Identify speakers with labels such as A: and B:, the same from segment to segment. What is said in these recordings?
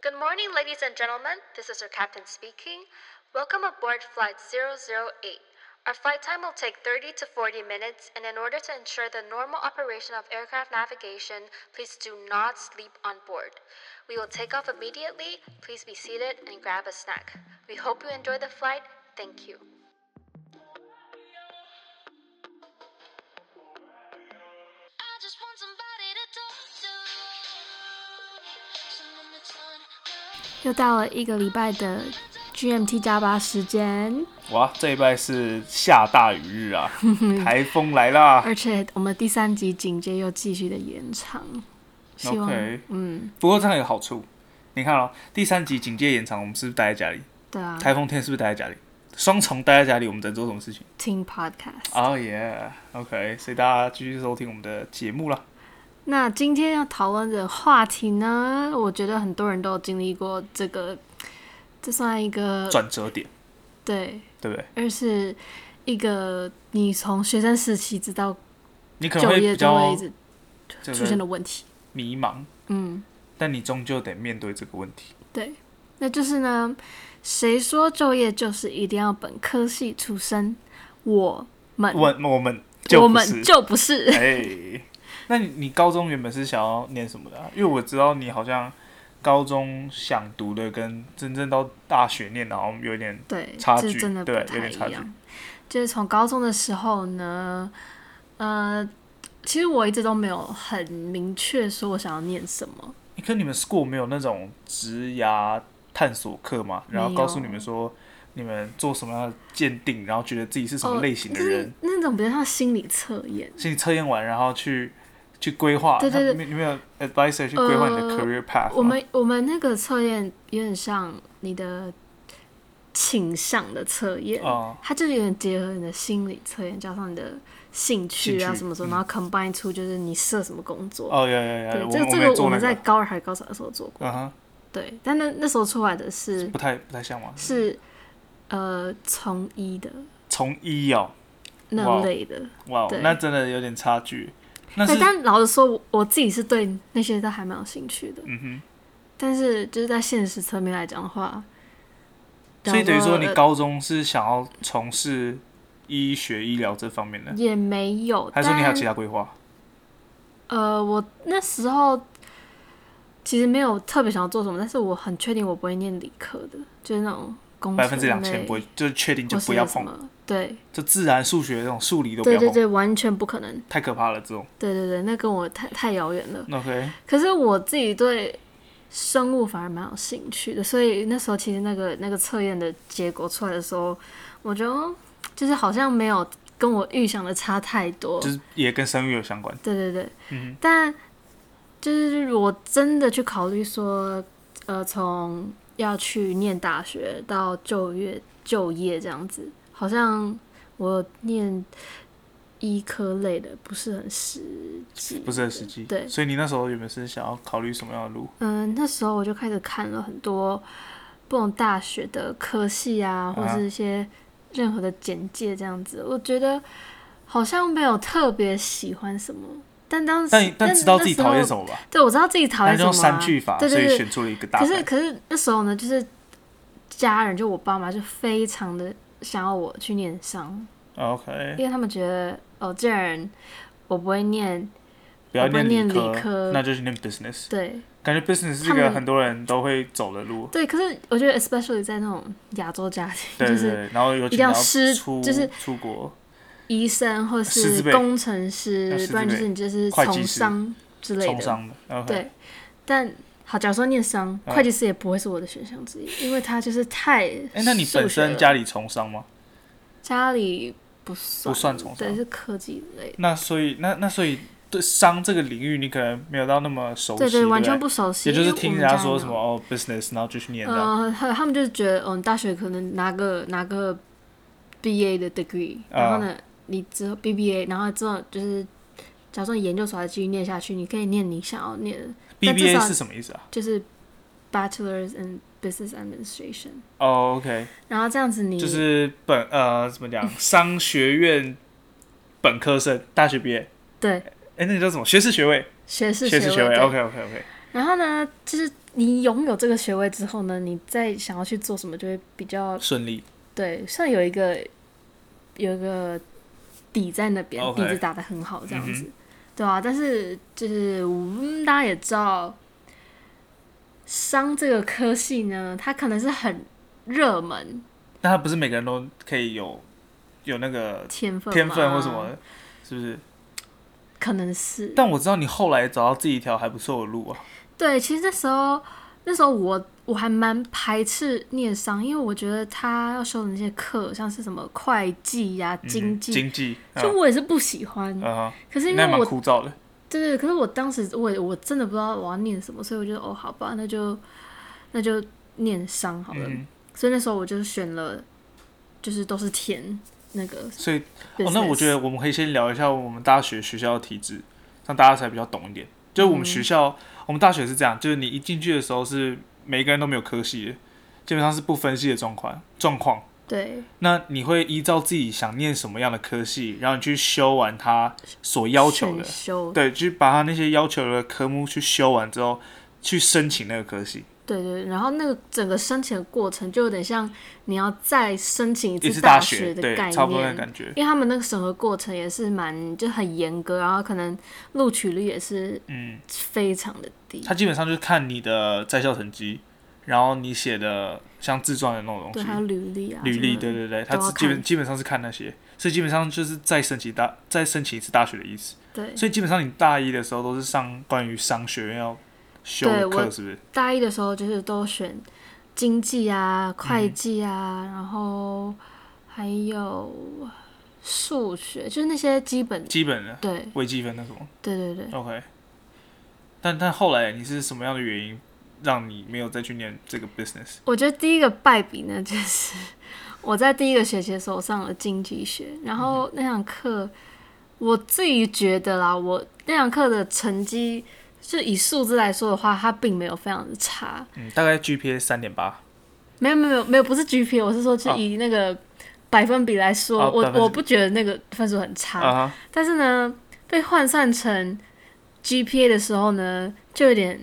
A: Good morning, ladies and gentlemen. This is your captain speaking. Welcome aboard Flight 008. Our flight time will take 30 to 40 minutes, and in order to ensure the normal operation of aircraft navigation, please do not sleep on board. We will take off immediately. Please be seated and grab a snack. We hope you enjoy the flight. Thank you. 又到了一个礼拜的 GMT 加八时间，
B: 哇，这一拜是下大雨日 啊，台风来啦。
A: 而且我们第三集警戒又继续的延长，希望
B: OK，
A: 嗯，
B: 不过这样有好处，你看哦，第三集警戒延长，我们是不是待在家里？
A: 对啊，
B: 台风天是不是待在家里？双重待在家里，我们在做什么事情？
A: 听 podcast。
B: 哦耶，OK，所以大家继续收听我们的节目啦。
A: 那今天要讨论的话题呢，我觉得很多人都有经历过这个，这算一个
B: 转折点，
A: 对，
B: 对不对？
A: 而是一个你从学生时期直到
B: 你可能
A: 就
B: 会
A: 业
B: 比
A: 都会
B: 较
A: 一直
B: 这
A: 出现
B: 个
A: 的问题。
B: 迷茫，
A: 嗯，
B: 但你终究得面对这个问题。
A: 对，那就是呢，谁说就业就是一定要本科系出身？我们
B: 我我们就
A: 呃我
B: 不
A: 们
B: 是，
A: 就不 是，
B: 哎，那你你高中原本是想要念什么的、啊？因为我知道你好像高中想读的跟真正到大学念的，好像有点
A: 对，
B: 差
A: 这
B: 距
A: 真的不
B: 对有
A: 太
B: 点差
A: 一
B: 距
A: 样。就是从高中的时候呢，呃，其实我一直都没有很明确说我想要念什么，
B: 欸可你们 school 没有那种职涯探索课吗？
A: 没有
B: 然后告诉你们说你们做什么样的鉴定，然后觉得自己是什
A: 哦
B: 么类型的人，
A: 那那种比较像心理测验。
B: 心理测验完，然后去去规划。
A: 对对对
B: 他你你没有 advisor 去规划你的
A: 呃
B: career path 吗、
A: 我们我们那个测验有点像你的倾向的测验，
B: 哦
A: 它就是有点结合你的心理测验，加上你的兴趣
B: 兴
A: 啊
B: 趣嗯
A: 什么什么，然后 combine 出就是你适合什么工作。
B: 哦，有有有
A: 对
B: 有，，我
A: 这
B: 们
A: 个
B: 我
A: 这
B: 们也
A: 个我
B: 做那
A: 们在
B: 个，
A: 高二还高三的时候做过，
B: 嗯哼，
A: 对，但那那时候出来的是
B: 不太不太像吗？
A: 是呃从医的
B: 从医哦，哇
A: 那
B: 哦
A: 类的，
B: 哇
A: 对，
B: 那真的有点差距。那是
A: 对，但老实说，我我自己是对那些都还蛮有兴趣的，
B: 嗯
A: 但是就是在现实层面来讲的话，呃
B: 哼，所以等于说
A: 然
B: 你
A: 后
B: 高中是想要从事医学医疗这方面的，
A: 也没有，
B: 还是说你还有
A: 但
B: 其他规划？
A: 呃，我那时候其实没有特别想要做什么，但是我很确定我不会念理科的，就是那种工
B: 百分之两
A: 程类
B: 千不会，就是确定就
A: 或
B: 不
A: 是
B: 要
A: 什
B: 碰，
A: 么，对
B: 就自然数学这种数理都不
A: 对
B: 要
A: 对
B: 碰，
A: 对，完全不可能，
B: 太可怕了这种。
A: 对对对，那跟我太太遥远了。
B: OK，
A: 可是我自己对生物反而蛮有兴趣的，所以那时候其实那个那个测验的结果出来的时候，我觉得哦就是好像没有跟我预想的差太多。
B: 就是也跟生育有相关。
A: 对对对，
B: 嗯
A: 但就是我真的去考虑说，呃，从要去念大学到就业就业这样子，好像我念医科类的不是很实际
B: 哼，，不是很实际。
A: 对
B: 所以你那时候原本是想要考虑什么样的路？
A: 嗯，那时候我就开始看了很多不同大学的科系啊，或
B: 啊
A: 是一些任何的简介这样子。我觉得好像没有特别喜欢什么，但当时
B: 但但知道自己讨厌什
A: 么，
B: 么吧？
A: 对我知道自己讨
B: 那
A: 厌
B: 就
A: 什么、
B: 用
A: 啊，
B: 删去法，
A: 对
B: 所
A: 对
B: 以
A: 对。
B: 选出了一个大
A: 可是
B: 概。
A: 可是那时候呢，就是家人就我爸妈就非常的想要我去念商，
B: 哦 OK，
A: 因为他们觉得哦，既然我不会念，
B: 不要
A: 我不会
B: 理
A: 念理科
B: 那就去念 business。
A: 对
B: 感觉 business 是一
A: 他
B: 个
A: 们
B: 很多人都会走的路，
A: 对。可是我觉得，especially 在那种亚洲家庭，
B: 对
A: 就
B: 对
A: 是
B: 对，然后尤其
A: 一定要
B: 你
A: 师
B: 出
A: 就是
B: 出国，
A: 医生或
B: 师
A: 是
B: 资辈
A: 工程师
B: 要师，资
A: 不然就是
B: 辈
A: 你就是
B: 会计
A: 从
B: 师
A: 商之类
B: 从
A: 的。
B: 商的，OK，
A: 对，但好，假如说念商，
B: 嗯
A: 会计师也不会是我的选项之一，因为他就是太数学了……
B: 哎，那你本身家里从商吗？
A: 家里不算
B: 不算从
A: 对，
B: 商
A: 是科技类的，
B: 那所以那那所以对商这个领域你可能没有到那么熟悉，
A: 对
B: 对，
A: 对，完全，不熟悉。
B: 也就是
A: 因为我
B: 听
A: 们
B: 人家
A: 家
B: 说
A: 没
B: 什
A: 有
B: 么哦 business，然后就去念这样，
A: 呃，他他们就是觉得，嗯、大学可能拿个拿个 B A 的 degree，然
B: 啊
A: 后呢，你之后 B B A，然后之后就是，假如说你研究所还继续念下去，你可以念你想要念的，但至
B: BBA
A: 少
B: 是什么意思啊？
A: 就是 Bachelor's in Business Administration，
B: 哦，OK，
A: 然后这样子你
B: 就是本呃怎么 讲，商学院本科生，大学毕业，
A: 对
B: 哎，那个叫什么？学士学位，
A: 学士
B: 学士学位
A: 对
B: ，OK OK OK，
A: 然后呢，就是你拥有这个学位之后呢，你再想要去做什么，就会比较
B: 顺利。
A: 对，算有一个有一个底在那边
B: OK
A: 底子打得很好这样子，
B: 嗯
A: 对啊。但是就是嗯，大家也知道，商这个科系呢，它可能是很热门
B: 但他不是每个人都可以有有那个
A: 天分嘛，
B: 天分或什么，是不是？
A: 可能是
B: 但我知道你后来找到自己一条还不错的路啊。
A: 对。其实那时候那时候我我还蛮排斥念商，因为我觉得他要修的那些课，像是什么会计呀、
B: 嗯
A: 经济，
B: 经济，
A: 就我也是不喜欢。
B: 嗯啊，
A: 可是因
B: 那
A: 为
B: 蛮
A: 我
B: 枯燥的。
A: 对对，可是我当时我也我真的不知道我要念什么，所以我就哦好吧，那就那就念商好了。
B: 嗯，
A: 所以那时候我就选了，就是都是填那个 business。
B: 所以哦，那我觉得我们可以先聊一下我们大学学校的体制，这样大家才比较懂一点。就是我们学校，
A: 嗯
B: 我们大学是这样，就是你一进去的时候是每一个人都没有科系的，基本上是不分系的状况状况。
A: 对
B: 那你会依照自己想念什么样的科系，然后你去修完它所要求的
A: 选，修，
B: 对，去把它那些要求的科目去修完之后，去申请那个科系，
A: 对对，然后那个整个申请的过程就有点像你要再申请一
B: 也
A: 次
B: 是大
A: 学的
B: 对
A: 概，
B: 差不多那
A: 念，
B: 感觉。
A: 因为他们那个审核过程也是蛮就很严格，然后可能录取率也是
B: 嗯，
A: 非常的低。
B: 它基本上就是看你的在校成绩，然后你写的像自传的那种东
A: 对，
B: 西
A: 还，有履历啊，
B: 履历，
A: 什么的
B: 对对对，
A: 都
B: 它
A: 要
B: 是基本
A: 看
B: 基本上是看那些，所以基本上就是再申请大再申请一次大学的意思。
A: 对。
B: 所以基本上你大一的时候都是上关于商学院要修
A: 对
B: 的
A: 我
B: 课，是不是？
A: 大一的时候就是都选经济啊、会计
B: 嗯
A: 啊，然后还有数学，就是那些基本。
B: 基本的
A: 对
B: 微积分那种。
A: 对对对，
B: OK，但但后来你是什么样的原因让你没有再去念这个 business？
A: 我觉得第一个败笔呢，就是我在第一个学期的时候上了经济学，然
B: 嗯
A: 后那堂课我自己觉得啦，我那堂课的成绩。就以数字来说的话，它并没有非常的差，
B: 嗯，大概 GPA 三点八，
A: 没有没有没有没有，不是 GPA，我是说就
B: 哦
A: 以那个百分比来说，
B: 哦百
A: 我
B: 分比
A: 我不觉得那个分数很差，
B: 啊哈，
A: 但是呢，被换算成 GPA 的时候呢，就有点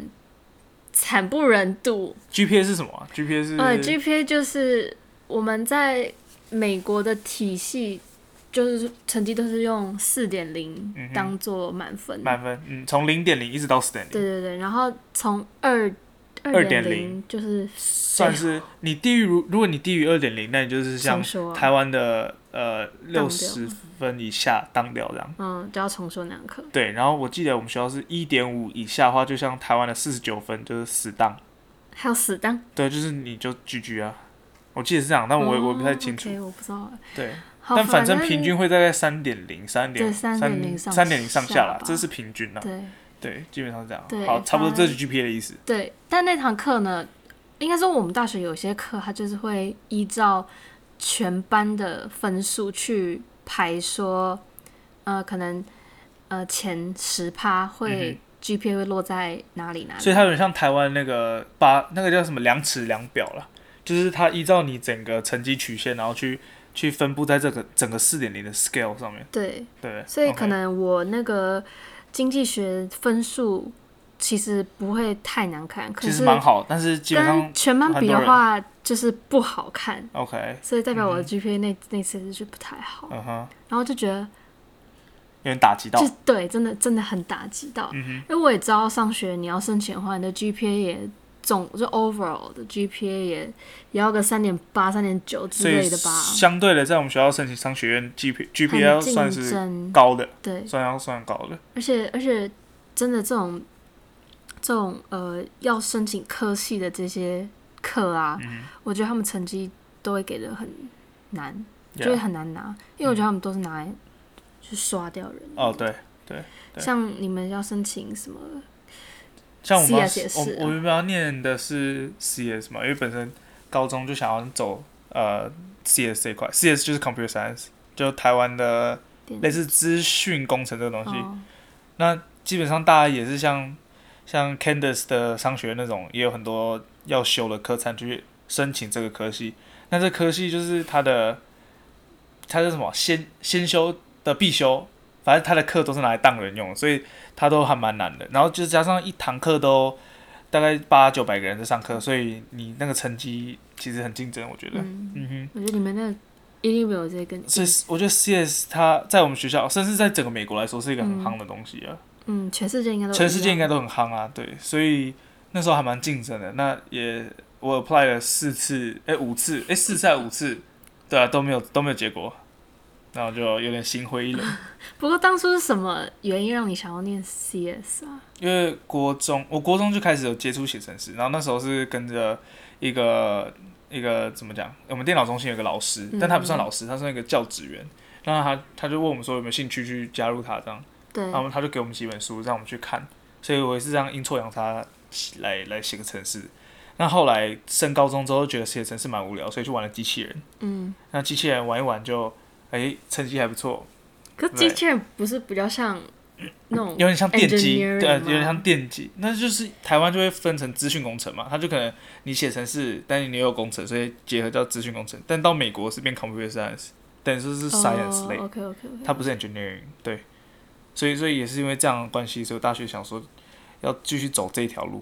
A: 惨不忍睹。
B: GPA 是什么、啊、？GPA 是
A: 呃，GPA 就是我们在美国的体系，就是成绩都是用四点零
B: 嗯哼
A: 当做满分。
B: 满分，嗯，从零点零一直到四点
A: 对
B: 零，
A: 对对，然后从二点
B: 2.0
A: 零就是
B: 算是你低于如如果你低于二点零，那你就是像
A: 重修啊，
B: 台湾的呃
A: 掉
B: 六十分以下当掉这样。
A: 嗯，就要重修那堂课。
B: 对，然后我记得我们学校是一点五以下的话，就像台湾的四十九分就是死当，
A: 还有死当，
B: 对，就是你就 GG 啊。我记得是这样，但
A: 哦
B: 我也、我也不太清楚。
A: o k 我不知道啊。
B: 对，
A: 好
B: 但反正
A: 正
B: 平均会大概三点零、三点
A: 对3.0上
B: 三点零上下啦
A: 下吧，
B: 这是平均啦。
A: 对。
B: 对，基本上是这样
A: 对。
B: 好，差不多
A: 反
B: 这
A: 正
B: 是 GPA 的意思。
A: 对，但那堂课呢，应该说我们大学有些课，它就是会依照全班的分数去排说，呃，可能呃前十趴
B: 嗯
A: 会、GPA 会落在哪里哪里。
B: 所以它有点像台湾那个八那个叫什么量尺量表啦，就是它依照你整个成绩曲线，然后去去分布在这个整个四点零的 scale 上面。
A: 对，
B: 对，
A: 所以
B: OK
A: 可能我那个经济学分数其实不会太难看，可
B: 其实
A: 是
B: 蛮好，但是基本上
A: 跟全班比的
B: 很多人
A: 话就是不好看，
B: OK，
A: 所以代表我的 GPA 那、那次就是不太好，
B: 嗯哼，
A: 然后就觉得。
B: 有点打击到嗯
A: 就。对，真的真的很打击到。因为我也知道上学你要申请的话，你的 GPA 也总就 overall 的 GPA 也也要个三点八、三点九之
B: 所以
A: 类的吧，
B: 相对的，在我们学校申请商学院 G P G P
A: 很
B: L 算
A: 竞
B: 是
A: 争。
B: 高的，
A: 对，
B: 算要算高的。
A: 而且而且真的这种这种呃要申请科系的这些课啊，
B: 嗯
A: 我觉得他们成绩都会给的很难
B: Yeah
A: 就会很难拿，因为我觉得他们都是拿来去刷掉人。
B: 哦，对，对
A: 像你们要申请什么？
B: 像我们要
A: CS 也是啊
B: 我我原本要念的是 CS 嘛，因为本身高中就想要走呃 CS 这一块，CS 就是 Computer Science，就台湾的
A: 电
B: 类似资讯工程这个东西。
A: 哦
B: 那基本上大家也是像像 Candice 的商学院那种，也有很多要修的科才去申请这个科系。那这科系就是它的，它是什么先先修的必修，反正它的课都是拿来当人用的，所以它都还蛮难的。然后就加上一堂课都大概八九百个人在上课，所以你那个成绩其实很竞争，我觉得。
A: 嗯，
B: 嗯哼。
A: 我觉得你们那个一定会有这根
B: 所
A: 筋
B: 以，我觉得 CS 它在我们学校，甚至在整个美国来说是一个很夯的东西啊，
A: 嗯，全世界应该都
B: 全世界应
A: 该
B: 该都很夯啊，对，所以那时候还蛮竞争的。那也我 apply 了四次，哎、五次，哎、四次还五次，对啊，都没有都没有结果，然后就有点心灰意冷。
A: 不过当初是什么原因让你想要念 CS 啊？
B: 因为国中，我国中就开始有接触写程式，然后那时候是跟着一个一个怎么讲，我们电脑中心有一个老师，但他不算老师，他是一个教职员，然后他他就问我们说有没有兴趣去加入他这样，
A: 对，
B: 然后他就给我们几本书让我们去看，所以我也是这样阴错阳差来来写个程式。那后来升高中之后觉得写程式蛮无聊，所以就玩了机器人。
A: 嗯，
B: 那机器人玩一玩就，哎、成绩还不错，
A: 可是机器人不是比较像那种
B: 有点像电机，
A: engineering
B: 对，有
A: 吗
B: 点像电机。那就是台湾就会分成资讯工程嘛，它就可能你写程式，但你也有工程，所以结合叫资讯工程。但到美国是变 computer science，等于说是 science 类，
A: 哦、OK OK OK，
B: 它不是 engineering。对，
A: 嗯
B: 所以所以也是因为这样的关系，所以我大学想说要继续走这一条路。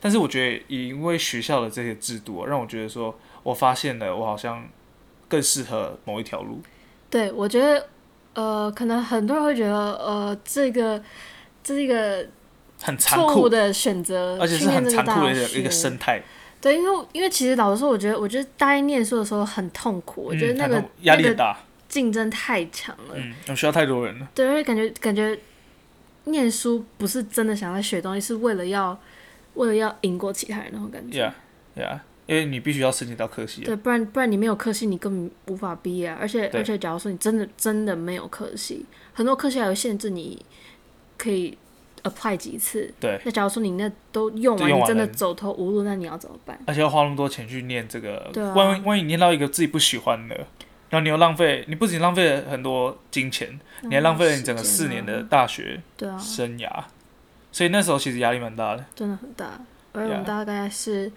B: 但是我觉得，因为学校的这些制度、啊，让我觉得说，我发现了我好像更适合某一条路。
A: 对，我觉得呃，可能很多人会觉得呃，这个这是一个
B: 很残
A: 错误
B: 酷，
A: 的选择，
B: 而且是
A: 去念
B: 很
A: 这
B: 残
A: 大
B: 酷的一个
A: 学
B: 一个生态。
A: 对，因为因为其实老实说，我觉得我觉得大一念书的时候很痛苦，我觉得
B: 嗯
A: 那
B: 很
A: 个
B: 痛苦压力
A: 那
B: 很
A: 个
B: 大，
A: 竞争太强了，
B: 嗯，我需要太多人了，
A: 对，因为感觉感觉念书不是真的想要学东西，是为了要为了要赢过其他人那种感觉。
B: Yeah，Yeah，因为你必须要申请到科系啊，
A: 对，不然不然你没有科系，你根本无法毕业啊！而且
B: 对
A: 而且，假如说你真的真的没有科系，很多科系还有限制你可以 apply 几次。
B: 对，
A: 那假如说你那都用
B: 都
A: 完，
B: 用
A: 你
B: 完
A: 真的
B: 了
A: 走投无路，那你要怎么办？
B: 而且要花那么多钱去念这个
A: 对啊，
B: 万一万一你念到一个自己不喜欢的，然后你又浪费，你不仅浪费了很多金钱，你还浪费了你整个
A: 嗯时间
B: 四年
A: 啊
B: 的大学
A: 对啊，
B: 生涯，所以那时候其实压力蛮大的。
A: 真的很大。而我
B: Yeah
A: 们大概是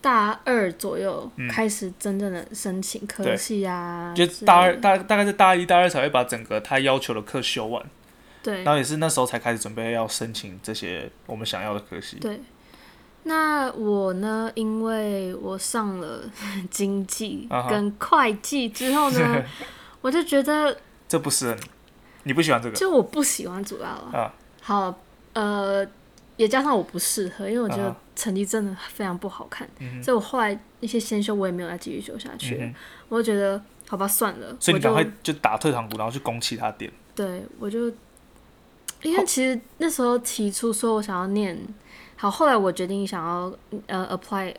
A: 大二左右
B: 嗯
A: 开始真正的申请科
B: 对
A: 系啊，
B: 就
A: 之类
B: 大二
A: 的
B: 大大概是大一、大二才会把整个他要求的课修完，
A: 对
B: 然后也是那时候才开始准备要申请这些我们想要的科系。
A: 对。那我呢？因为我上了经济
B: 啊哈
A: 跟会计之后 呢，我就觉得
B: 这不适合你，你不喜欢这个
A: 就我不喜欢主要了。
B: 啊？
A: 好，呃，也加上我不适合，因为我觉
B: 啊
A: 得
B: 哈
A: 成绩真的非常不好看，
B: 嗯哼
A: 所以我后来一些先修我也没有再继续修下去了。
B: 嗯哼
A: 我就觉得好吧，算了，
B: 所以
A: 我
B: 你
A: 就
B: 赶快就打退堂鼓，然后去攻其他点。
A: 对，我就因为其实那时候提出说我想要念，好，后来我决定想要呃 apply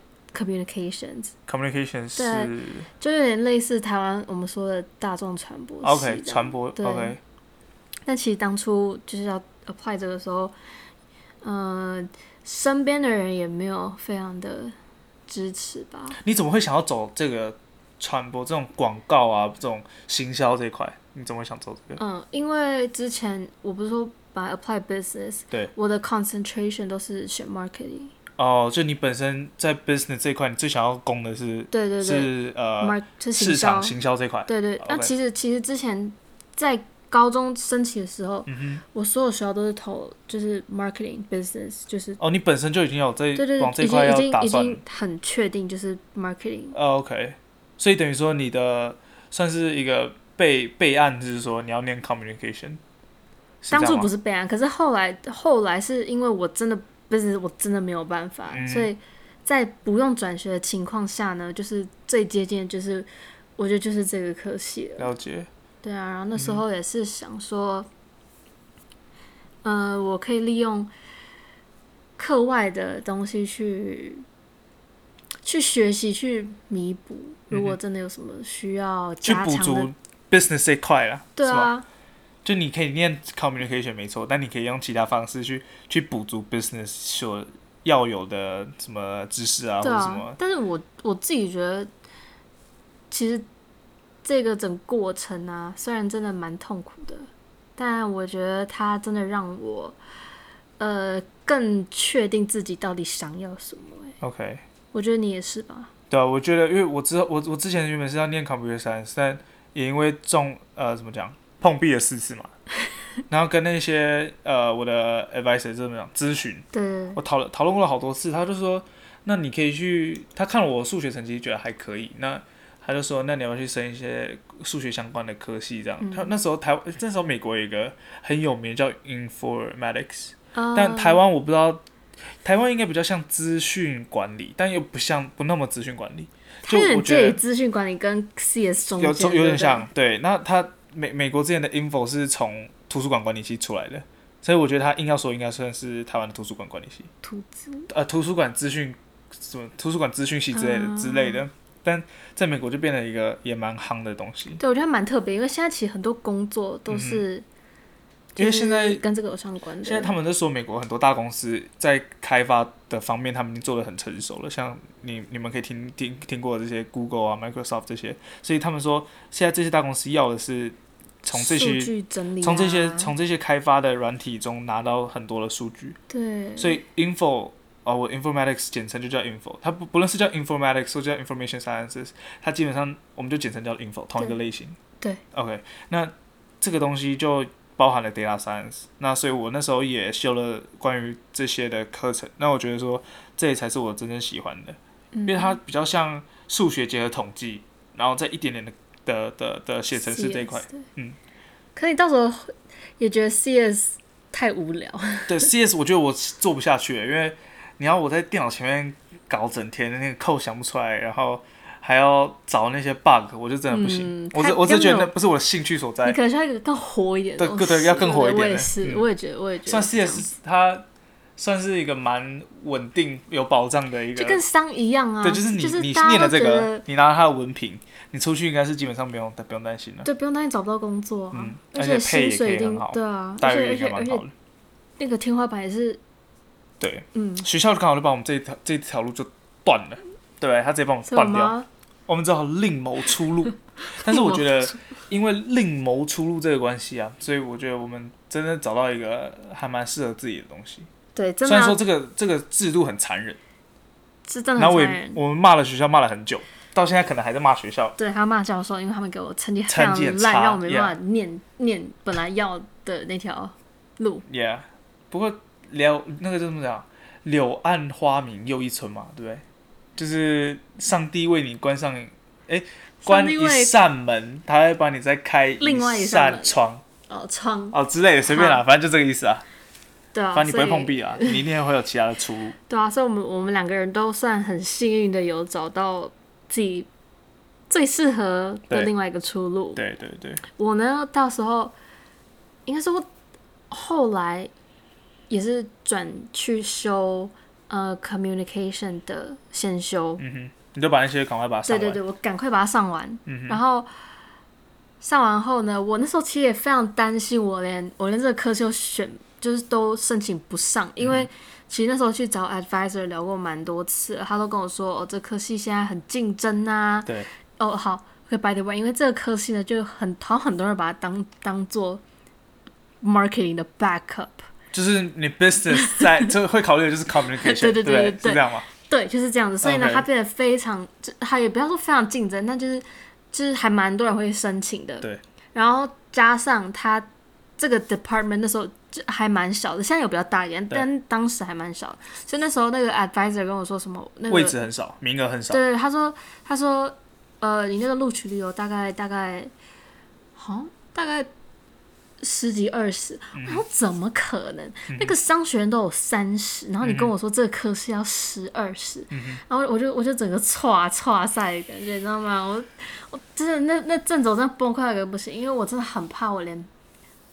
A: communications，
B: communication 是
A: 就有点类似台湾我们说的大众传播系
B: OK
A: 这样
B: 传播
A: 对
B: OK
A: 但其实当初就是要 apply 这个时候，嗯、身边的人也没有非常的支持吧。
B: 你怎么会想要走这个传播这种广告啊这种行销这一块？你怎么会想走这个？
A: 嗯，因为之前我不是说本来 apply business，
B: 对，
A: 我的 concentration 都是选 marketing，
B: 哦，就你本身在 business 这一块，你最想要攻的是
A: 对对对
B: 是呃
A: ，mark 是行
B: 市
A: 销
B: 场，行销这一块。
A: 对对。那
B: OK
A: 其实其实之前在高中申请的时候，
B: 嗯
A: 我所有学校都是投就是 marketing business，就是
B: 哼，哦，你本身就已经有这
A: 对对
B: 往
A: 对，
B: 这一
A: 已经
B: 块
A: 已
B: 要打
A: 经已
B: 算
A: 经很确定就是 marketing，
B: 哦 OK，所以等于说你的算是一个备备案，就是说你要念 communication 是这样
A: 当
B: 吗。
A: 初不是备案，可是后来后来是因为我真的 business 我真的没有办法，
B: 嗯
A: 所以在不用转学的情况下呢，就是最接近的就是我觉得就是这个科系了。
B: 了解，
A: 对啊，然后那
B: 嗯
A: 时候也是想说，嗯、呃，我可以利用课外的东西去去学习，去弥补，如果真的有什么需要
B: 嗯去
A: 加
B: 补
A: 强的
B: 足，business 这一块啦，
A: 对
B: 是吗？
A: 啊，
B: 就你可以念 communication 没错，但你可以用其他方式去去补足 business 所要有的什么知识啊，或
A: 对
B: 者什么
A: 啊，。但是我我自己觉得，其实这个整个过程啊，虽然真的蛮痛苦的，但我觉得它真的让我呃更确定自己到底想要什么、欸。
B: OK，
A: 我觉得你也是吧？
B: 对啊，我觉得因为我知道我我之前原本是要念 computer science，但也因为中呃怎么讲碰壁了四次嘛， 然后跟那些呃我的 advisor 怎么样咨询，
A: 对，
B: 我讨论讨论过了好多次，他就说，那你可以去，他看了我数学成绩觉得还可以，那他就说，那你要不要去升一些数学相关的科系这样。他那时候台那时候美国有一个很有名叫 informatics，、但
A: 呃哦
B: 台湾我不知道，台湾应该比较像资讯管理，但又不像不那么资讯管理，
A: 它
B: 就
A: 有
B: 我
A: 点
B: 觉
A: 介于
B: 得
A: 资讯管理跟 CS 中
B: 有
A: 间，
B: 有
A: 对
B: 点
A: 不对
B: 像，对。那他美美国之前的 info 是从图书馆管理系出来的。所以我觉得他硬要说，应该算是台湾的图书馆管理系。
A: 图资，
B: 呃图书馆资讯什么图书馆资讯系之类的、
A: 啊
B: 之类的，但在美国就变成一个也蛮夯的东西，
A: 对我觉得还蛮特别，因为现在其实很多工作都是
B: 嗯因为现在
A: 就是跟这个有相关的，
B: 现在他们都说美国很多大公司在开发的方面，他们已经做的很成熟了，像你你们可以听听听过这些 Google 啊、Microsoft 这些，所以他们说现在这些大公司要的是从这
A: 数
B: 些。
A: 据整理啊，
B: 从这些从这些开发的软体中拿到很多的数据，
A: 对，
B: 所以 info 哦，我 informatics 简称就叫 info，它不不论是叫 informatics 或叫 information sciences，它基本上我们就简称叫 info，同一个类型。
A: 对。
B: OK，那这个东西就包含了 data science，那所以我那时候也修了关于这些的课程，那我觉得说这才是我真正喜欢的，
A: 因
B: 因为它比较像数学结合统计，然后再一点点的的的的写程式这一块。
A: CS 对
B: 嗯，
A: 可你到时候也觉得 CS 太无聊，
B: 对 CS，我觉得我做不下去了，因为你要我在电脑前面搞整天，那个扣想不出来，然后还要找那些 bug，我就真的不行。
A: 嗯
B: 我是
A: 看
B: 我是觉得
A: 要
B: 那
A: 没
B: 不是我的兴趣所
A: 你
B: 在。
A: 可能需要一个更活一点的
B: 对
A: 东西。
B: 对要更活一点的
A: 我也是，
B: 嗯
A: 我也觉得，我也觉得
B: 算
A: 这样子
B: CS 它算是一个蛮稳定、有保障的一
A: 就跟
B: 个。
A: 商一样啊，
B: 对，就是你、你
A: 大
B: 念
A: 家
B: 了
A: 都
B: 这
A: 觉
B: 个
A: 得，
B: 你拿了他的文凭，你出去应该是基本上不用不用担心了。啊
A: 对，不用担心找不到工作啊，
B: 嗯
A: 而
B: 而且配
A: 薪
B: 也
A: 水
B: 可以
A: 一定
B: 很好
A: 对啊，而
B: 待
A: 且
B: 遇
A: 而
B: 应
A: 且
B: 该蛮
A: 而
B: 好
A: 且
B: 的。
A: 那个天花板也是，
B: 对，
A: 嗯，
B: 学校就刚好就把我们这一条这一条路就断了，对，他直接帮我们
A: 所以我
B: 断
A: 们
B: 掉。
A: 要
B: 我们只好另谋出 路。但是我觉得，因为另谋出路这个关系啊，所以我觉得我们真的找到一个还蛮适合自己的东西。
A: 对，真
B: 虽
A: 的啊
B: 然
A: 要
B: 说这个这个制度很残忍，
A: 是真的
B: 然
A: 很
B: 后我
A: 残
B: 也
A: 忍。
B: 我们骂了学校骂了很久，到现在可能还在骂学校。
A: 对，还要骂教授，因为他们给我成绩非
B: 成
A: 常
B: 绩很
A: 烂，
B: 差
A: 让我没办法念念本来要的那条路。
B: Yeah，不过柳那个叫什么讲？柳暗花明又一村嘛，对不对？就是上帝为你关上，哎，关
A: 帝
B: 一
A: 为
B: 扇门，他会把你再开
A: 另外一扇
B: 扇
A: 门
B: 窗
A: 哦，窗
B: 哦之类的，随便啦，
A: 好
B: 反正就这个意思啊。
A: 对啊，
B: 反正你不会
A: 所以
B: 碰 壁啊，你一定会有其他的出路。
A: 对啊，所以我们我们两个人都算很幸运的，有找到自己最适合的
B: 对
A: 另外一个出路。
B: 对对对，
A: 我呢，到时候应该说后来也是转去修呃 communication 的先修，
B: 嗯哼，你就把那些赶快把它上
A: 对
B: 完。
A: 对对，我赶快把它上完。
B: 嗯哼
A: 然后上完后呢，我那时候其实也非常担心，我连我连这个科修选就是都申请不上，因
B: 嗯
A: 为其实那时候去找 advisor 聊过蛮多次了，他都跟我说哦，这科系现在很竞争啊。
B: 对
A: 哦，好，OK，by、the way，因为这个科系呢，就很好像很多人把它当当做 marketing 的 backup。
B: 就是你 business 在 就会考虑的就是 communication，
A: 对对对
B: 对不
A: 对对
B: 是这样吗？
A: 对，就是这样子。所以呢，
B: OK
A: 它变得非常，就它也不要说非常竞争，那就是就是还蛮多人会申请的。
B: 对。
A: 然后加上它这个 department 那时候就还蛮小的，现在有比较大一点，
B: 对
A: 但当时还蛮小的。所以那时候那个 advisor 跟我说什么，那个
B: 位置很少，名额很少，
A: 呃对，他说他说呃，你那个录取率有大概大概，好、像大概十几二十，
B: 嗯
A: 我说怎么可能？那个商学院都有三十，然后你跟我说这个科是要十二十，
B: 嗯
A: 然后我就我就整个歘歘赛的感觉，你知道吗？我我真的那那阵子我真的崩溃到一个不行，因为我真的很怕我连。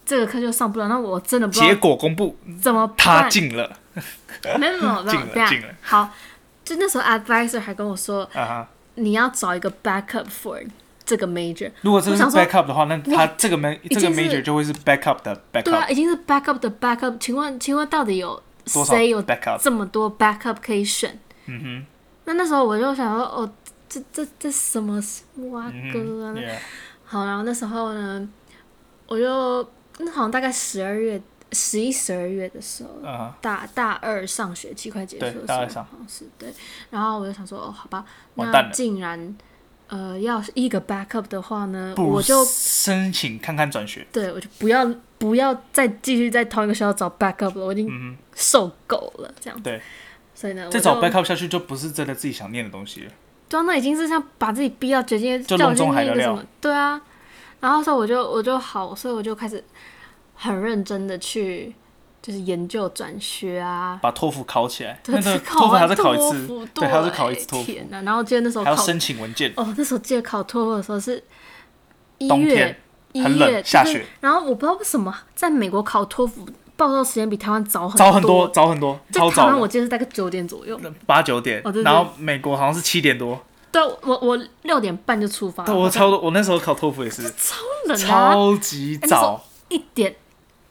A: 这个课就上不了，那我真的不知
B: 结
A: 道
B: 果公布，
A: 怎么办。
B: 他进了
A: 没有没有没有
B: 进了，
A: 这样
B: 进了
A: 好，就那时候 advisor 还跟我说，
B: 啊哈。
A: 你要找一个 backup for 这个 major。
B: 如果这个
A: 我
B: 是
A: 想说
B: backup 的话，那他这个 man 这
A: 经
B: 个
A: 是
B: major 就会是 backup 的
A: 对啊，
B: backup，
A: 已经是 backup 的 backup，请问请问到底有
B: 多少
A: 谁有
B: backup
A: 这么多 backup 可以选？
B: 嗯
A: 那那时候我就想说，哦，这这这什么蛙
B: 哼，嗯
A: 哥啊？
B: 哼，yeah，
A: 好，然后那时候呢，我就那好像大概十二月、十一、十二月的时候，
B: 啊哈，
A: 大大二上学期快结束的时
B: 对
A: 候，
B: 大二上
A: 好像是对。然后我就想说，哦，好吧，
B: 完
A: 那
B: 蛋了
A: 竟然呃要是一个 backup 的话呢，
B: 不如
A: 我就
B: 申请看看转学。
A: 对我就不要不要再继续在同一个学校找 backup 了，我已经
B: 嗯
A: 受够了这样
B: 哼，
A: 子。
B: 对，
A: 所以呢，
B: 再找
A: 我就
B: backup 下去就不是真的自己想念的东西了。
A: 对啊，那已经是像把自己逼到绝境，
B: 就
A: 叫我
B: 笼
A: 去
B: 中海
A: 念一
B: 的
A: 个什
B: 料
A: 么？对啊。然后所以我就我就好，所以我就开始很认真的去就是研究转学啊，
B: 把托福考起来，
A: 对
B: 那个
A: 只考
B: 托福还要
A: 完
B: 再
A: 托
B: 考一次
A: 福，哎
B: 对，还要再考一次托福，
A: 天哪！然后记得那时候
B: 还要
A: 考
B: 申请文件。
A: 哦，那时候记得考托福的时候是一
B: 冬
A: 月
B: 天，
A: 一
B: 很
A: 月
B: 冷下
A: 就是
B: 雪
A: 然后我不知道为什么在美国考托福报到时间比台湾早很
B: 早很多，早很多，
A: 在
B: 超
A: 台
B: 早
A: 湾我
B: 的，
A: 记得是大概九点左右，
B: 八九点
A: 哦对，对哦
B: 然后美国好像是七点多。
A: 对我我我六点半就出发了，
B: 但我超多，我那时候考托福也是
A: 超冷哦的啊，
B: 超级
A: 哎那时候
B: 早
A: 一点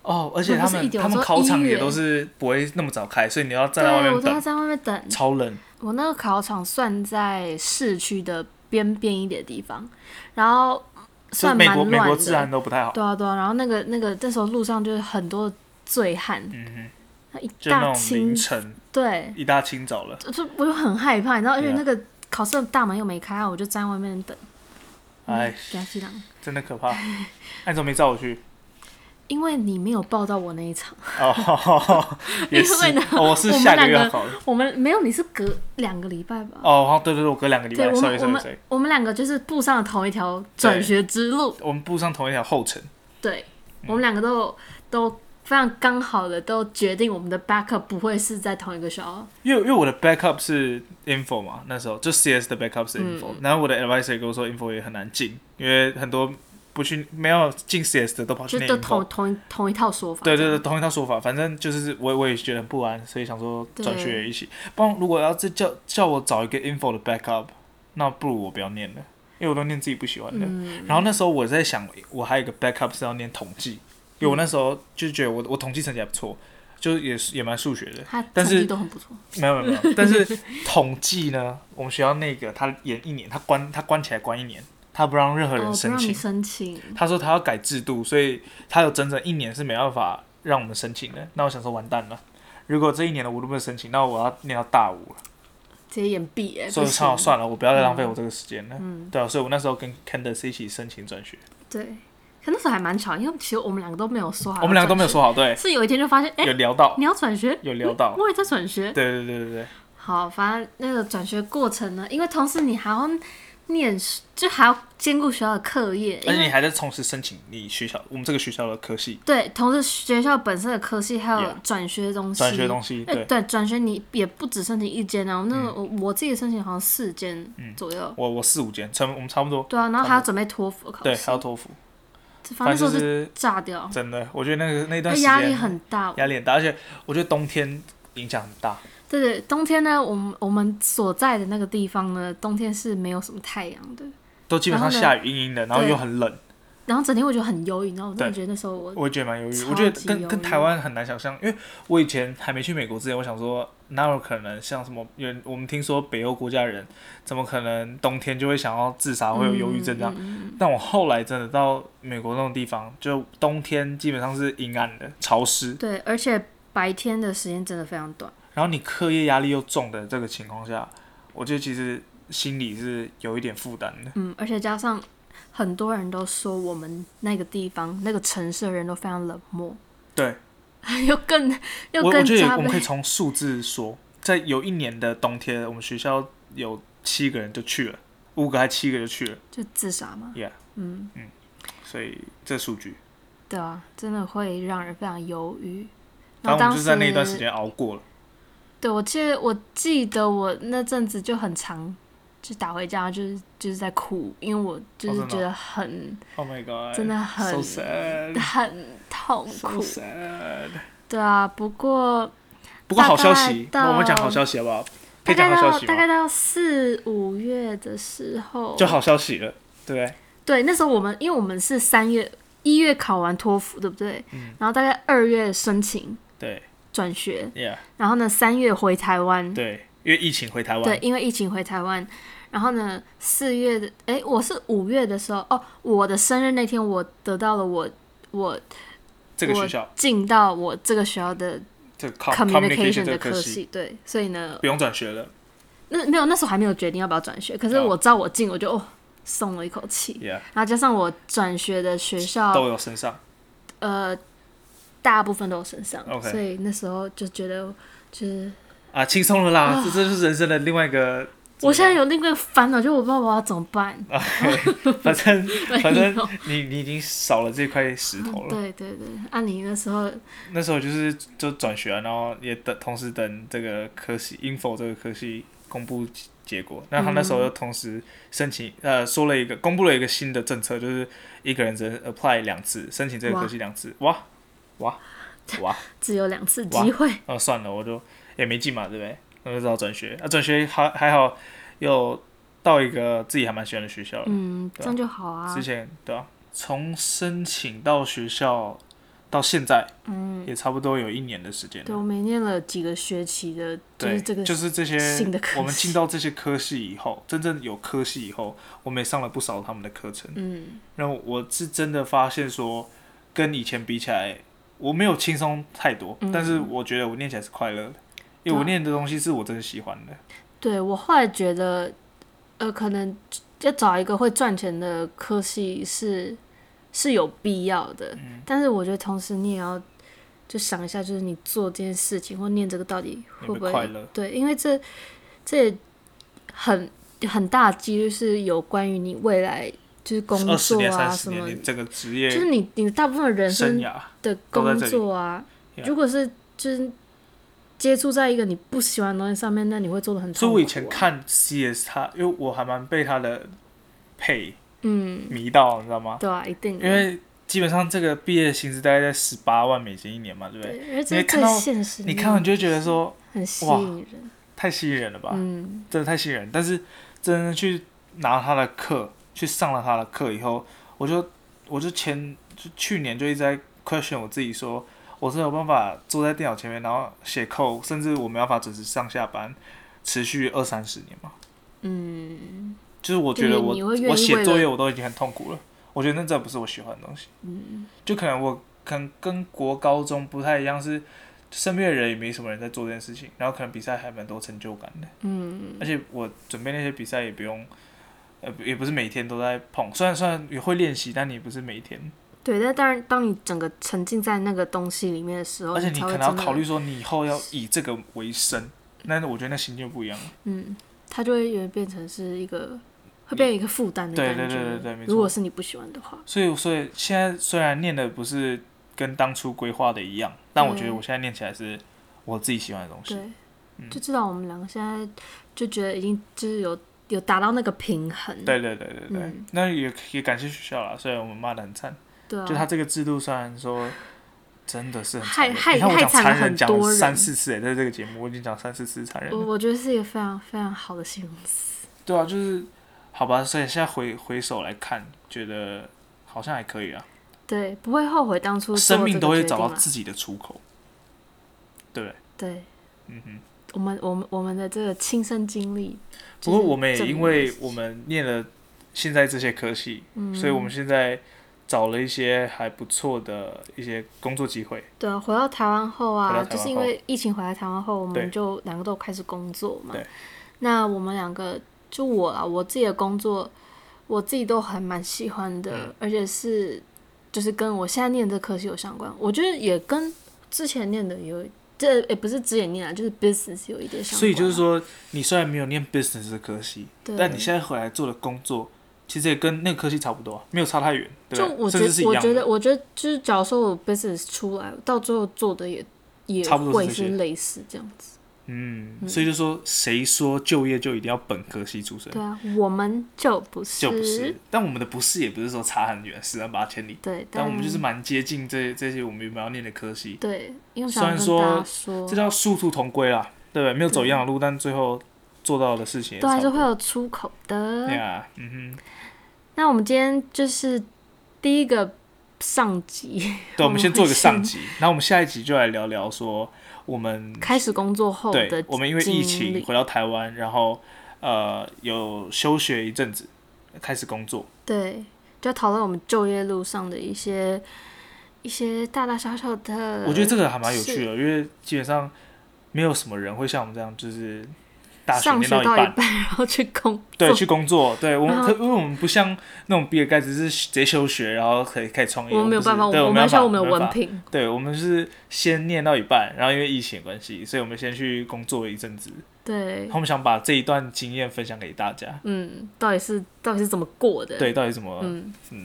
B: 哦，而且
A: 不
B: 他
A: 是一
B: 们
A: 点
B: 他
A: 我
B: 们
A: 说
B: 考场
A: 一
B: 也
A: 月
B: 都是不会那么早开，所以你要站在外
A: 对，啊我
B: 面
A: 都要
B: 等，
A: 在外面等。
B: 超冷。
A: 我那个考场算在市区的边边一点的地方，然后
B: 就
A: 算
B: 是美
A: 蛮
B: 国
A: 乱
B: 美
A: 的。
B: 国治安都不太好，
A: 对啊对啊，然后那个那个那时候路上就是很多醉汉，
B: 嗯
A: 那一
B: 就那
A: 大
B: 种凌
A: 清
B: 晨
A: 对，
B: 一大清早了，
A: 就我就很害怕，你知道，因为
B: Yeah
A: 那个考试的大门又没开啊，我就站在外面等。
B: 哎，
A: 给他吸狼，
B: 真 的可怕。那你怎么没叫我去？
A: 因为你没有报到我那一场，
B: 哦，也是
A: 因为呢，
B: 哦我是
A: 我们
B: 下个
A: 两
B: 月
A: 个
B: 考的。
A: 我们没有，你是隔两个礼拜吧？
B: 哦，好，对对对，我隔两个礼
A: 对，
B: 拜
A: 我
B: ，sorry
A: 们我
B: sorry sorry，
A: 们我们两个就是步上了同一条转学之路，
B: 我们步上同一条后尘。
A: 对，我们两个都有都非常刚好的都决定我们的 backup 不会是在同一个学校，
B: 因为因为我的 backup 是 info 嘛，那时候就 CS 的 backup 是 info，、然后
A: 嗯
B: 我的 advisor 也跟我说 info 也很难进，因为很多不去没有进 CS 的都跑去
A: 就
B: 念
A: 都同
B: info。
A: 同一同一套说法。
B: 对对对，，同一套说法，反正就是我我也觉得很不安，所以想说
A: 对
B: 转学也一起。不然如果要再叫叫我找一个 info 的 backup，那不如我不要念了，因为我都念自己不喜欢的。
A: 嗯
B: 然后那时候我在想，我还有一个 backup 是要念统计，因为我那时候就觉得我我统计成绩还不错，就是也是也蛮数学的，
A: 他
B: 但
A: 成
B: 是
A: 绩都很不错，
B: 没有没有没 有，但是统计呢，我们学校那个他延一年，他关他关起来关一年，他不让任何
A: 哦，
B: 人
A: 不
B: 申
A: 让
B: 请。
A: 你申请，
B: 他说他要改制度，所以他有整整一年是没办法让我们申请的。那我想说完蛋了，如果这一年的我都没有申请，那我要念到大五了。
A: 直接眼闭哎，
B: 所以
A: 不
B: 我
A: 行
B: 算了算了，我不要再浪费我这个时间了。对啊，所以我那时候跟 Candace 一起申请转学，
A: 对，可那时候还蛮巧，因为其实我们两个都没有说好，
B: 我们两个都没有，说好，对，
A: 是有一天就发现，哎、
B: 有聊到，
A: 你要转学，
B: 有聊到
A: 嗯我也在转学，
B: 对对对对对，
A: 好，反正那个转学过程呢，因为同时你还要念书，就还要兼顾学校的课业，
B: 而
A: 因
B: 且
A: 为
B: 你还在同时申请你学校我们这个学校的科系
A: 对，同时学校本身的科系还有
B: Yeah
A: 转学的东西，
B: 转学的东西，
A: 哎
B: 对。嗯
A: 对，转学你也不只申请一间啊，那个我、我自己申请好像四间左右，
B: 我我四五间，差不多我们差不多，
A: 对啊，然后还要准备托福考
B: 对，
A: 试
B: 还，有托福，
A: 反正那时
B: 就
A: 候就是炸掉，
B: 真的，我觉得那个那段
A: 那
B: 时间
A: 压力很大，
B: 压力很大，而且我觉得冬天影响很大，
A: 对对，冬天呢，我们我们所在的那个地方呢，冬天是没有什么太阳的，
B: 都基本上
A: 然后呢
B: 下雨阴阴的，然后
A: 对
B: 又很冷，
A: 然后整天我觉得很忧郁，然后我真的
B: 对
A: 觉得那时候我
B: 我也觉得蛮忧郁。
A: 呃超级
B: 我觉得跟
A: 忧郁
B: 跟台湾很难想象，因为我以前还没去美国之前，我想说哪有可能像什么，有人我们听说北欧国家人怎么可能冬天就会想要自杀，会有忧郁症
A: 嗯
B: 这样。但我后来真的到美国那种地方，就冬天基本上是阴暗的、潮湿，
A: 对，而且白天的时间真的非常短，
B: 然后你课业压力又重的这个情况下，我觉得其实心里是有一点负担的。
A: 嗯，而且加上很多人都说我们那个地方那个城市的人都非常冷漠，
B: 对，
A: 又更又
B: 我我
A: 更
B: 觉得也
A: 加
B: 我们可以
A: 倍，
B: 从数字说，在有一年的冬天，我们学校有七个人就去了，五个还七个就去了
A: 就自杀嘛，
B: ，Yeah，
A: 嗯，
B: 所以这数据，
A: 对啊，真的会让人非常忧郁。然
B: 反
A: 后
B: 正我
A: 当
B: 们
A: 时
B: 就在那一段时间熬过了。
A: 对，我记得我记得我那阵子就很常就打回家，就是就是在哭，因为我就
B: 哦真
A: 是
B: 的哦
A: 觉得很、
B: Oh my god，
A: 真的很
B: so sad，
A: 很痛
B: so
A: 苦。
B: sad。
A: 对啊，不过
B: 不过好消息，
A: 大概到
B: 我们讲好消息好不好？
A: 大
B: 可以讲
A: 概
B: 好消
A: 到
B: 息
A: 大概
B: 吗？
A: 到四五月的时候
B: 就好消息了，对不对。
A: 对，那时候我们因为我们是三月一月考完托福，对不对？
B: 嗯
A: 然后大概二月申请
B: 对
A: 转学，
B: ，Yeah，
A: 然后呢三月回台湾。
B: 对，因为疫情回台湾，
A: 嗯对，因为疫情回台湾，然后呢，四月的，哎，我是五月的时候，哦，我的生日那天，我得到了我我
B: 这个学校
A: 我进到我这个学校的
B: 这个 com-
A: communication 的
B: communication 这个科
A: 系，对，所以呢，
B: 不用转学了，
A: 那没有那时候还没有决定要不要转学，可是
B: 哦
A: 我知道我进，我就哦松了一口气。
B: ，yeah，
A: 然后加上我转学的学校，
B: 都有身上。
A: 呃，大部分都有身上
B: OK
A: 所以那时候就觉得就是。
B: 啊，轻松了啦，这这就是人生的另外一个。
A: 我现在有另外一个烦恼，就我不知道我要怎么办。
B: 反正反 正
A: 没有
B: 你你已经少了这块石头了。
A: 对对对，啊，你那时候
B: 那时候就是就转学啊，然后也等同时等这个科系 info 这个科系公布结结果。那他那时
A: 嗯
B: 候又同时申请、呃说了一个公布了一个新的政策，就是一个人只能 apply 两次，申请这个科系两次。哇哇哇！
A: 只有两次机会，
B: 那、算了，我就也没进嘛，对不对？那就只好转学。啊，转学还还好，又到一个自己还蛮喜欢的学校了。
A: 嗯，
B: 对
A: 这
B: 啊
A: 样就好啊
B: 之。前对啊，从申请到学校到现在，嗯，也差不多有一年的时间
A: 对，
B: 了。
A: 我们念了几个学期的，就
B: 对，
A: 是这个，
B: 就是这些
A: 新的科系
B: 我们进到这些科系以后，真正有科系以后，我们也上了不少他们的课程。
A: 嗯，
B: 然后我是真的发现说，跟以前比起来，我没有轻松太多，但是我觉得我念起来是快乐的，因为
A: 嗯对
B: 我
A: 啊
B: 念的东西是我真的喜欢的。
A: 对我后来觉得，呃，可能要找一个会赚钱的科系是是有必要的，
B: 嗯
A: 但是我觉得同时你也要就想一下，就是你做这件事情或念这个到底会
B: 有
A: 不
B: 没
A: 会
B: 有快乐
A: 对，因为这这也很很大的几率是有关于你未来就是工
B: 二十
A: 作
B: 年、
A: 啊
B: 三十
A: 什
B: 年，
A: 么
B: 你，整个职
A: 就是
B: 业
A: 你你大部分人
B: 生
A: 生
B: 涯，
A: 的
B: 都在
A: 工
B: 这里
A: 作啊，
B: Yeah
A: 如果是就是接触在一个你不喜欢的东西上面，那你会做的很痛
B: 所以
A: 苦、啊。
B: 我以前，看 CS，他因为我还蛮被他的配
A: 嗯，
B: 迷到，你知道吗？
A: 对啊，一定的，
B: 因为基本上这个毕业薪资大概在十八万美金一年嘛，对不对？
A: 对，因为
B: 你
A: 这
B: 会看
A: 最
B: 到
A: 现实的，
B: 你看完就会觉得说
A: 很吸引人，
B: 太吸引人了吧，
A: 嗯，
B: 真的太吸引人。但是真的去拿他的课，去上了他的课以后，我就我就前就去年就一直在 question 我自己说。我是有办法坐在电脑前面，然后写扣，甚至我没办法准时上下班，持续二三十年嘛。
A: 嗯，
B: 就是我觉得
A: 就
B: 我
A: 你你会愿意
B: 我写
A: 为了
B: 作业我都已经很痛苦了，我觉得那真的不是我喜欢的东西。嗯，就可能我可能跟国高中不太一样，是身边的人也没什么人在做这件事情，然后可能比赛还蛮多成就感的。嗯，而且我准备那些比赛也不用，呃，也不是每天都在碰，虽然虽然也会练习，但你不是每天，
A: 对。但当然，当你整个沉浸在那个东西里面的时候，
B: 而且
A: 哦你
B: 你
A: 才会
B: 可能要
A: 真的
B: 考虑，说你以后要以这个为生，那我觉得那心境就不一样了。
A: 嗯，它就会有点变成是一个会变成一个负担的
B: 对
A: 感觉。
B: 对对对对没错
A: 如果是你不喜欢的话，
B: 所以，所以现在虽然念的不是跟当初规划的一样，但我觉得我现在念起来是我自己喜欢的东西。
A: 对，
B: 嗯
A: 就知道我们两个现在就觉得已经就是有有达到那个平衡，
B: 对对对对对，
A: 嗯
B: 那也也感谢学校啦，虽然我们骂的很惨，
A: 对啊，
B: 就他这个制度虽然说残忍真的是很
A: 害
B: 残忍
A: 害
B: 你看我
A: 害
B: 讲
A: 惨了
B: 残忍
A: 很
B: 讲了
A: 多人哦
B: 三四次哎，在这个节目我已经讲三四次残忍
A: 我
B: 了，
A: 我觉得是一个非常非常好的形容词。
B: 对啊，就是好吧，所以现在回回首来看，觉得好像还可以啊，
A: 对，不会后悔当初做
B: 生命
A: 这个
B: 都会
A: 决
B: 找
A: 定啊
B: 到
A: 啦
B: 自己的出口，对不对？
A: 对
B: 嗯哼。
A: 我们我们我们的这个亲身经历。
B: 不过
A: 就是
B: 我们也
A: 证明
B: 因
A: 了
B: 为
A: 这
B: 我们念了现在这些科系，
A: 嗯
B: 所以我们现在找了一些还不错的一些工作机会。
A: 对啊，回到台湾后
B: 回到
A: 啊，
B: 台湾
A: 就是因为疫情回来台湾后，我
B: 对
A: 们就两个都开始工作嘛
B: 对。
A: 那我们两个就我啊，我自己的工作，我自己都还蛮喜欢的，
B: 嗯
A: 而且是就是跟我现在念这科系有相关，我觉得也跟之前念的有，这也不是之前念啊，就是 business 有一点相关啊。
B: 所以就是说，你虽然没有念 business 的科系，
A: 对，
B: 但你现在回来做的工作，其实也跟那个科系差不多啊、没有差太远，对
A: 就
B: 吧
A: 我觉
B: 甚至是一
A: 我
B: 样
A: 觉得，
B: 的。
A: 我觉得就是，假如说我 business 出来，到最后做的也也
B: 差不多
A: 会
B: 是这些
A: 是类似这样子。
B: 嗯，所以就说，谁说就业就一定要本科系出身？
A: 对啊，我们就不是，
B: 就不是，但我们的不是也不是说差很远，十万八千里，
A: 对，啊
B: 但我们就是蛮接近这这些我们原本要念的科系。
A: 对，因为我
B: 虽然
A: 想跟
B: 说
A: 大家说
B: 这，叫殊途同归啦，对不对？没有走一
A: 嗯
B: 样的路，但最后做到的事情也
A: 都还是
B: 差不
A: 啊会
B: 多
A: 有出口的。
B: 对啊，嗯
A: 那我们今天就是第一个上集
B: 哼，对，我们先做一个上集，然后我们下一集就来聊聊说我们
A: 开始工作后的经
B: 对
A: 历，
B: 我们因为疫情回到台湾，然后呃有休学一阵子，开始工作，
A: 对，就要讨论我们就业路上的一些一些大大小小的。
B: 我觉得这个还蛮有趣的，因为基本上没有什么人会像我们这样，就是大学
A: 上
B: 念
A: 学到
B: 一半，
A: 半，然后去工作，
B: 对，去工作，对我们
A: 然后
B: 可因为我们不像那种比尔盖茨是直接休学，然后可以开始创业，
A: 我们没有
B: 不是
A: 办法，我
B: 对，
A: 们
B: 我
A: 我们要
B: 没办
A: 像
B: 法
A: 我们的
B: 没办
A: 文
B: 法
A: 凭，
B: 对，我们是先念到一半，然后因为疫情的关系，所以我们先去工作一阵子。
A: 对，
B: 我们想把这一段经验分享给大家，
A: 嗯，到底是到底是怎么过的？
B: 对，到底怎么嗯
A: 嗯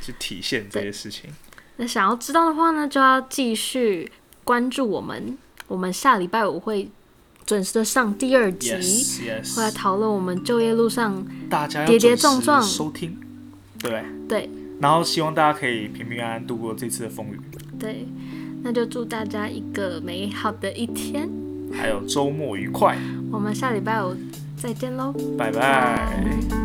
B: 去体现这些事情？
A: 那想要知道的话呢，就要继续关注我们。我们下礼拜五会准时的上第二集
B: Yes,
A: 会来
B: yes，
A: 讨论我们就业路上
B: 大家要
A: 跌跌
B: 准时
A: 撞撞
B: 收听，对不对，
A: 对
B: 然后希望大家可以平平安安度过这次的风雨，
A: 对，那就祝大家一个美好的一天。
B: 还有周末愉快，
A: 我们下礼拜五再见喽，拜
B: 拜拜
A: 拜。